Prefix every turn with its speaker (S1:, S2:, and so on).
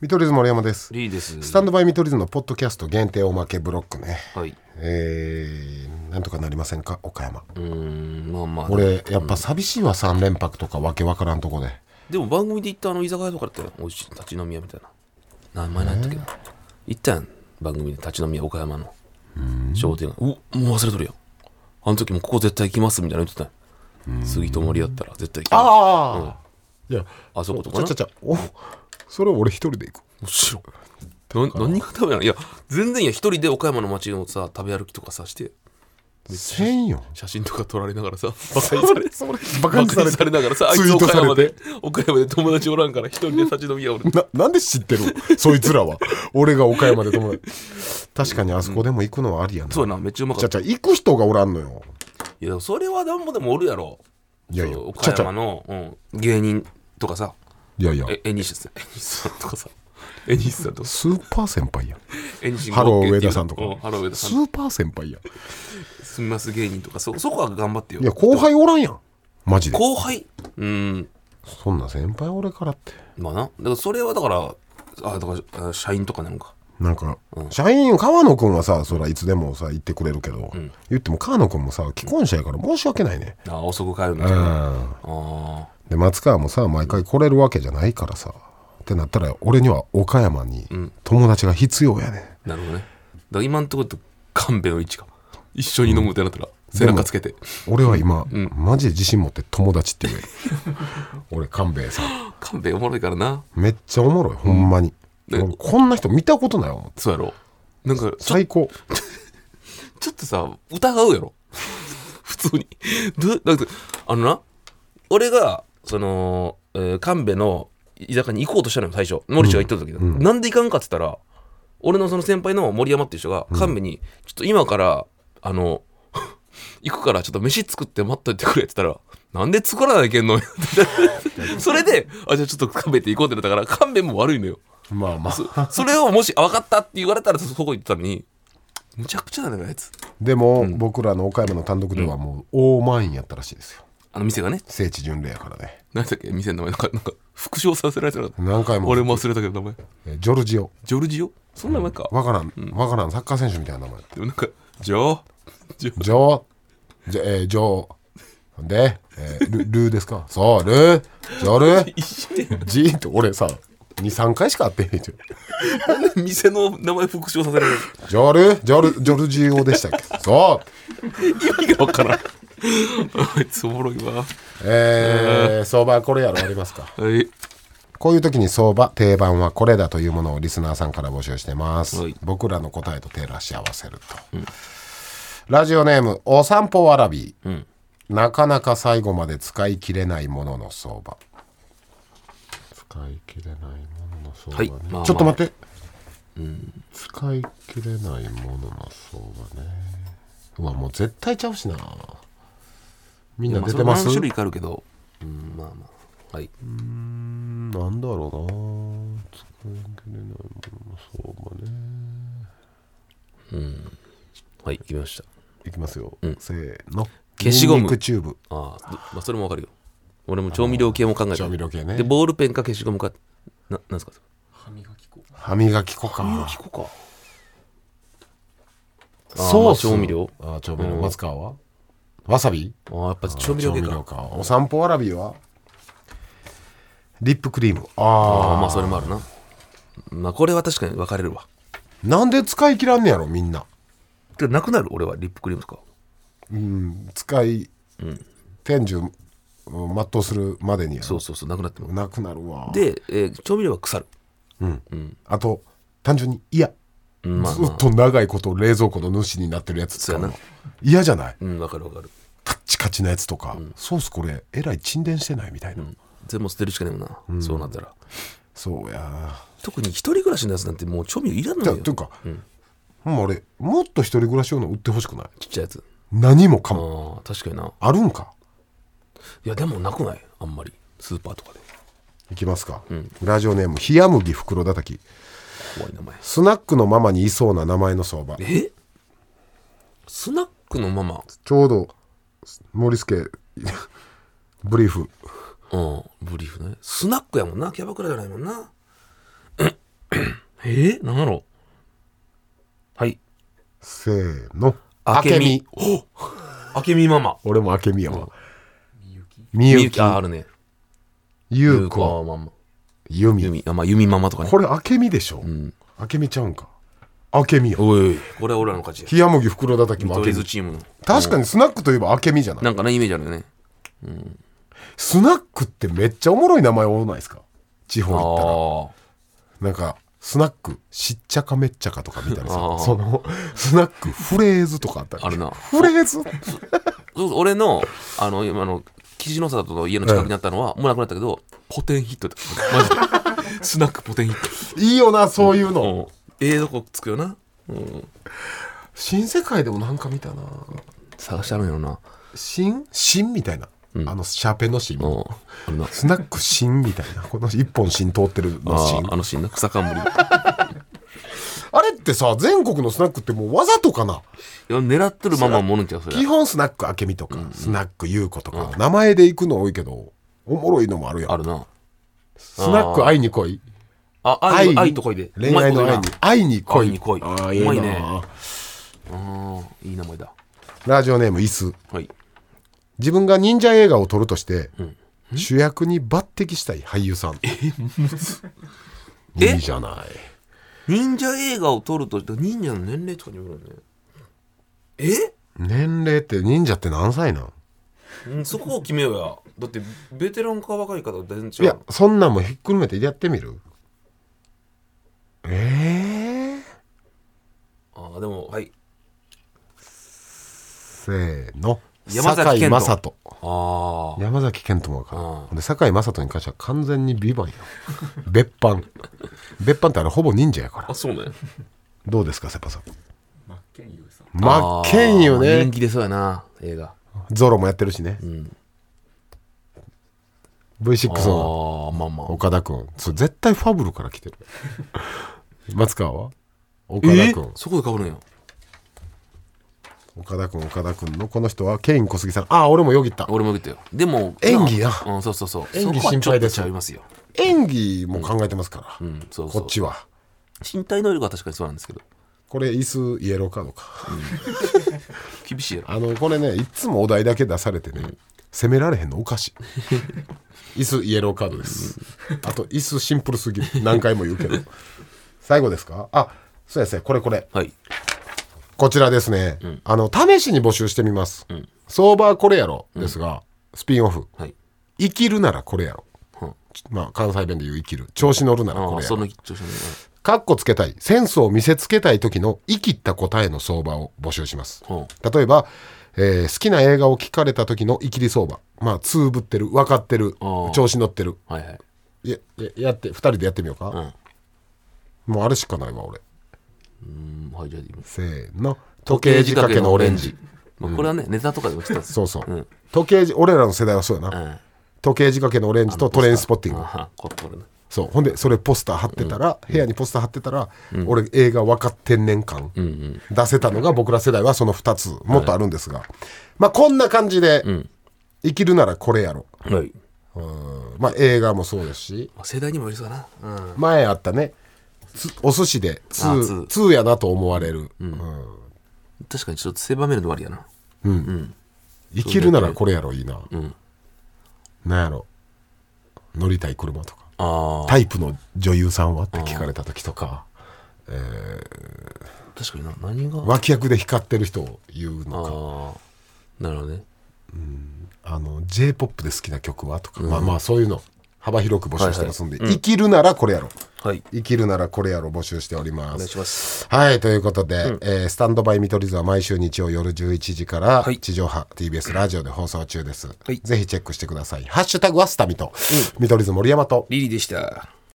S1: 見取り図森山です
S2: リーです。
S1: スタンドバイ見取り図のポッドキャスト限定おまけブロックね
S2: はい。
S1: えー、なんとかなりませんか岡山
S2: うーん、まあまあ。
S1: 俺やっぱ寂しいわ3連泊とかわけわからんとこで
S2: でも番組で行ったあの居酒屋とかだったよ。美味しい立ち飲み屋みたいな。名前なんだっけど。行ったやん。番組で立ち飲み屋岡山の商店街。うおもう忘れとるよ。あの時もここ絶対行きますみたいなの言ってたよ。杉戸森やったら絶対行きま
S1: ああ、いや
S2: す。あそこと
S1: ち
S2: か
S1: ゃ
S2: な
S1: ちゃ。ちゃおそれ俺一人で行く
S2: もちろん。な何が食べないいや、全然いや、一人で岡山の街をさ、食べ歩きとかさして、
S1: せんよ
S2: 写真とか撮られながらさ、バカ にされ
S1: それバカ
S2: バ
S1: に
S2: カ
S1: さ
S2: に
S1: れ
S2: さ
S1: て
S2: れながらさ、あい
S1: ツイ
S2: つ
S1: ート
S2: 岡
S1: さ
S2: 山
S1: れ
S2: で
S1: て、
S2: 岡山で友達おらんから、一人で立ち飲み屋おる。
S1: ななんで知ってるのそいつ らは俺が岡山で友達確かにあそこでも行くのはありやな、
S2: そうやな、めっちゃうま
S1: ち
S2: か
S1: ゃ
S2: った。
S1: ちゃ行く人がおらんのよ
S2: いや、でもそれはなんぼでもおるやろ。
S1: いやいや
S2: そう
S1: ち
S2: 岡
S1: ゃちゃ
S2: 山の、うん、芸人とかさ、
S1: いやいや
S2: え、え にしさん、えにしさんとかさ、えにしさんとか、
S1: スーパー先輩 やん
S2: えにし
S1: ハロー上田さんとか
S2: ハロー上田さ
S1: ス
S2: ん、
S1: ーパー先輩やん
S2: すみます芸人とか、そ、そこは頑張ってよ。
S1: いや後輩おらんやんマジで
S2: 後輩うん。
S1: そんな先輩俺からって
S2: まあな。だからそれはだから、あ、だから、あ社員とかなんか。
S1: なんか、社員川野君はさそらいつでもさ言ってくれるけど、言っても川野君もさ既婚者やから申し訳ないね、
S2: あ、遅く帰るみ
S1: う
S2: たいな。あ
S1: ん、
S2: あ
S1: で松川もさ毎回来れるわけじゃないからさってなったら俺には岡山に友達が必要やね、
S2: ー、なるほどね。だから今んとこって勘弁の位置か。一緒に飲むってなったら、背中つけて。
S1: ん、俺は今、マジで自信持って友達って言える 俺勘兵衛さん
S2: 勘弁おもろいからな。
S1: めっちゃおもろいほんまに、
S2: うんね
S1: 俺こんな人見たことない思って
S2: そうやろ。なんか、ちょ
S1: 最高
S2: ちょっとさ、疑うやろ。 普通に。どだって、あのな、俺が、その、えー、神戸の居酒屋に行こうとしたのよ、最初。森氏が行った時だ、なんで行かんかって言ったら、俺のその先輩の森山っていう人が、神戸に、ちょっと今から、あの、 行くからちょっと飯作って待っといてくれって言ったら、なんで作らないけん のそれで、あ、じゃあちょっと神戸って行こうってなったから、神戸も悪いのよ。
S1: まあまあ
S2: そそれをもし、あ、分かったって言われたら、そそこ行ってたのに、むちゃくちゃだね、あいつ。
S1: でも、僕らの岡山の単独ではもう大満員やったらしいですよ
S2: あの店がね、
S1: 聖地巡礼やからね
S2: 何だっけ店の名前なんかなんか復唱させられてなかった
S1: 何回も
S2: 俺も忘れたけど名前
S1: えジョルジオ
S2: ジョルジオそんな名前か、
S1: わからんわからんサッカー選手みたいな名前
S2: でもなんかジョー ジョー
S1: ジョー、ジョ、えー、ジョー。で、えー、ル、 ルーですかそう、ルー、ジョル、
S2: 一緒に
S1: ジーって俺さ、2、3回しか会ってへんじ
S2: なんで店の名前復唱させられる
S1: ゃん。ジョル、ジョル、ジョルジオでしたっけそう、
S2: 意味がわからんあいつおもろいわ
S1: えー、相場はこれやろありますか
S2: はい
S1: こういう時に相場、定番はこれだというものをリスナーさんから募集してます。
S2: はい
S1: 僕らの答えと照らし合わせると。ラジオネーム、お散歩わらび、なかなか最後まで使い切れないものの相場。使い切れないものの相
S2: はいまあまあ
S1: ちょっと待って。使い切れないものの相場ね。うわ、もう絶対ちゃうしな。みんな出てます
S2: あそれ何種類かあるけどうんまあまあはい
S1: なんだろうな使い切れないものの相場ね
S2: はい行きました
S1: いきますよ、せーの
S2: 消しゴム
S1: ニンニクチューブ
S2: ああ、どまあ、それもわかるよ俺も調味料系も考えた
S1: 調味料系ね
S2: でボールペンか消しゴムかななんすか
S1: 歯磨き粉か
S2: 聞こうか
S1: ソース
S2: あーまあ調味料
S1: あー調味料松川はわさび
S2: あーやっぱ調味料
S1: 調
S2: 系
S1: 味
S2: か
S1: 料かお散歩わらびはリップクリーム
S2: ああ
S1: あ
S2: まあそれもあるなまあこれは確かに分かれるわ
S1: あなんで使い切らんねやろみんな
S2: てかなくなる俺はリップクリームとか
S1: うん使い、天寿を全うするまでにやろ
S2: そうそうそうなくなっても
S1: なくなるわ
S2: で、えー調味料は腐る
S1: あと単純に嫌
S2: うんまあ
S1: ずっと長いこと冷蔵庫の主になってるやつ使う
S2: そう
S1: の
S2: や
S1: 嫌じゃない
S2: うん分かる分かる
S1: カッチカチなやつとか、ソースこれえらい沈殿してないみたいな、
S2: 全部捨てるしかないもんな、そうなったら
S1: そうや
S2: 特に一人暮らしのやつなんてもう調味料いらん
S1: じゃ
S2: の
S1: あ
S2: よ
S1: とい
S2: ち
S1: う
S2: っ
S1: か、ほんま俺もっと一人暮らし用の売ってほしくない
S2: ちゃいやつ
S1: 何もか
S2: あ
S1: も、
S2: あ確かにな
S1: あるんか
S2: いやでもなくないあんまりスーパーとかで
S1: いきますか、ラジオネーム冷麦袋叩き
S2: 怖い名前
S1: スナックのママにいそうな名前の相場
S2: えスナックのママ
S1: ちょうど森助ブリーフ
S2: うんブリーフねスナックやもんなキャバクラじゃないもんなえー、なんやろはい。
S1: せーの。
S2: あけみ。おあけみママ。
S1: 俺も明美やわ。み
S2: み
S1: ゆ
S2: ゆ
S1: き
S2: き、、ああるね。
S1: ゆう
S2: ゆうこ
S1: こ、
S2: ママ。
S1: ゆ
S2: ゆ
S1: み。
S2: み、あ、まあ、ゆみママとかね。
S1: これ明美でしょ
S2: ん
S1: 明美ちゃうんか。明美や。
S2: おい、これは俺らの勝ちや。
S1: 冷麦袋叩きも
S2: 見
S1: 明
S2: 取り
S1: 美
S2: 図。チームの。
S1: 確かにスナックといえば明美じゃない。
S2: なんかね、イメージあるよね。
S1: スナックってめっちゃおもろい名前多ないですか地方
S2: あ
S1: 行ったら。
S2: あ。
S1: なんか、スナック、しっちゃかめっちゃかとかみたいなさ
S2: あー、
S1: その、スナック、フレーズとかあったり
S2: あるな
S1: フレーズ
S2: そうそう俺の、あの、今の、岸野里の家の近くにあったのは、もうなくなったけど、ポテンヒットだったマ ジで。スナックポテンヒッ
S1: いいよな、そういう
S2: ト。
S1: の。
S2: うん。ええとこつくよな。うん。
S1: 新世界でもなんか見たな。
S2: 探してあるんやろな。
S1: 新新みたいな。あの、シャーペンの新
S2: うん。あるな。
S1: スナック新みたいな。この一本新通ってるの
S2: あ
S1: 新
S2: あ、あのシーンな。草 冠。い
S1: あれってさ、全国のスナックってもうわざとかな。
S2: や狙ってるママもおるんちゃうそれ
S1: 基。本スナックあけみとか、スナックゆうことか、名前で行くの多いけど、おもろいのもあるや
S2: あ
S1: ん。
S2: るな。
S1: スナック会いに来い。
S2: あ、愛、愛と恋で。
S1: 恋愛の
S2: うまい
S1: 愛
S2: こ
S1: に
S2: と。
S1: 愛に来い。
S2: 愛に来い
S1: ああ、いいう
S2: まい
S1: ね
S2: ね。言うな。うん。いい名前だ。
S1: ラジオネーム、椅子。
S2: はい。
S1: 自分が忍者映画を撮るとして、主役に抜擢したい俳優さん。
S2: え
S1: いいじゃない。
S2: 忍者映画を撮ると、忍者の年齢とかによるよね。え
S1: 年齢って忍者って何歳なん
S2: うんそこを決めようや。だって、ベテランか若い方全
S1: い
S2: 然違
S1: や
S2: う。、
S1: そんなんもひっくるめてやってみるええ
S2: ああ、でも、はい。
S1: せーの。
S2: 山崎賢人
S1: 堺雅人。
S2: ああ。
S1: 山崎賢人もわかる
S2: うん
S1: ほんで堺雅人に関しては完全に美版よ 別班別班ってあれほぼ忍者やから
S2: あ、そうね。
S1: どうですかセパさん
S3: 真っ健優さん
S1: 真っ健よ
S2: あー人
S1: ね
S2: 気出そうやな、映画。
S1: ゾロもやってるしね、
S2: ん
S1: V6
S2: あ
S1: の
S2: あ、まあまあ。
S1: 岡田君それ絶対ファブルから来てる 松川は岡田君、
S2: そこで変わるんや。
S1: 岡田君岡田君のこの人はケイン小杉さんああ俺もよぎった
S2: 俺も言ったよ。でも、
S1: 演技や
S2: なうん、そうそうそう。
S1: 演技心配です
S2: そこはちょっとちゃいますよ。
S1: 演技も考えてますから、
S2: うん、そうそ
S1: こ
S2: う。
S1: っちは
S2: 身体能力は確かにそうなんですけど、
S1: これ椅子イエローカードか
S2: 厳しいやろ。
S1: あのこれねいつもお題だけ出されてね、責められへんのおかし い椅子イエローカードです、あと椅子シンプルすぎる何回も言うけど最後ですかあそうですねこれこれ
S2: はい。
S1: こちらですね、あの試しに募集してみます、相場はこれやろですが、スピンオフ
S2: はい。
S1: 生きるならこれやろ
S2: うん
S1: まあ関西弁で言う生きる調子乗るならこ
S2: あ
S1: れ
S2: あ、
S1: や
S2: そ
S1: ろ
S2: の調子に。
S1: カッコつけたいセンスを見せつけたい時の生きった答えの相場を募集します、
S2: うん
S1: 例えば、えー好きな映画を聞かれた時の生きり相場まあつぶってる分かってる
S2: あー
S1: 調子乗ってる
S2: はいはい。
S1: やややって2人でやってみようか、もうあれしかないわ俺
S2: うん、はい、じゃあ、今
S1: せーの時計仕掛けのオレンジ。
S2: まあ、これはね、ネタとかでもちょっと
S1: そうそう、
S2: うん
S1: 時計じ俺らの世代はそうやな、
S2: うん。
S1: 時計仕掛けのオレンジとトレインスポッティング
S2: ああ、ここれね。
S1: そうほんでそれポスター貼ってたら、部屋にポスター貼ってたら、俺映画分かってんねん感、出せたのが僕ら世代はその2つもっとあるんですが、まあこんな感じで、生きるならこれやろ
S2: はい。
S1: うんまあ映画もそうですし
S2: まあ、世代にもよりそうだな。うん。
S1: 前あったねつお寿司で
S2: あ
S1: 通
S2: 通
S1: 通やなと思われる、うん
S2: 確かにちょっと狭めるのもありやな。
S1: 生きるならこれやろいいな、なんやろ乗りたい車とか
S2: あ
S1: タイプの女優さんはって聞かれた時とか
S2: あ、確かにな。何が
S1: 脇役で光ってる人を言うのか
S2: ああ、なるほどね。
S1: あの j p o p で好きな曲はとか、まあまあそういうの幅広く募集してますんで、生きるならこれやろ
S2: はい。
S1: 生きるならこれやろ募集しておりま
S2: お願い
S1: す
S2: します。
S1: はいということで、えースタンドバイ見取り図は毎週日曜夜11時から
S2: はい
S1: 地上波 TBS ラジオで放送中です、
S2: はい
S1: ぜひチェックしてくださいハッシュタグはスタミと、見取り図森山と
S2: リリーでした。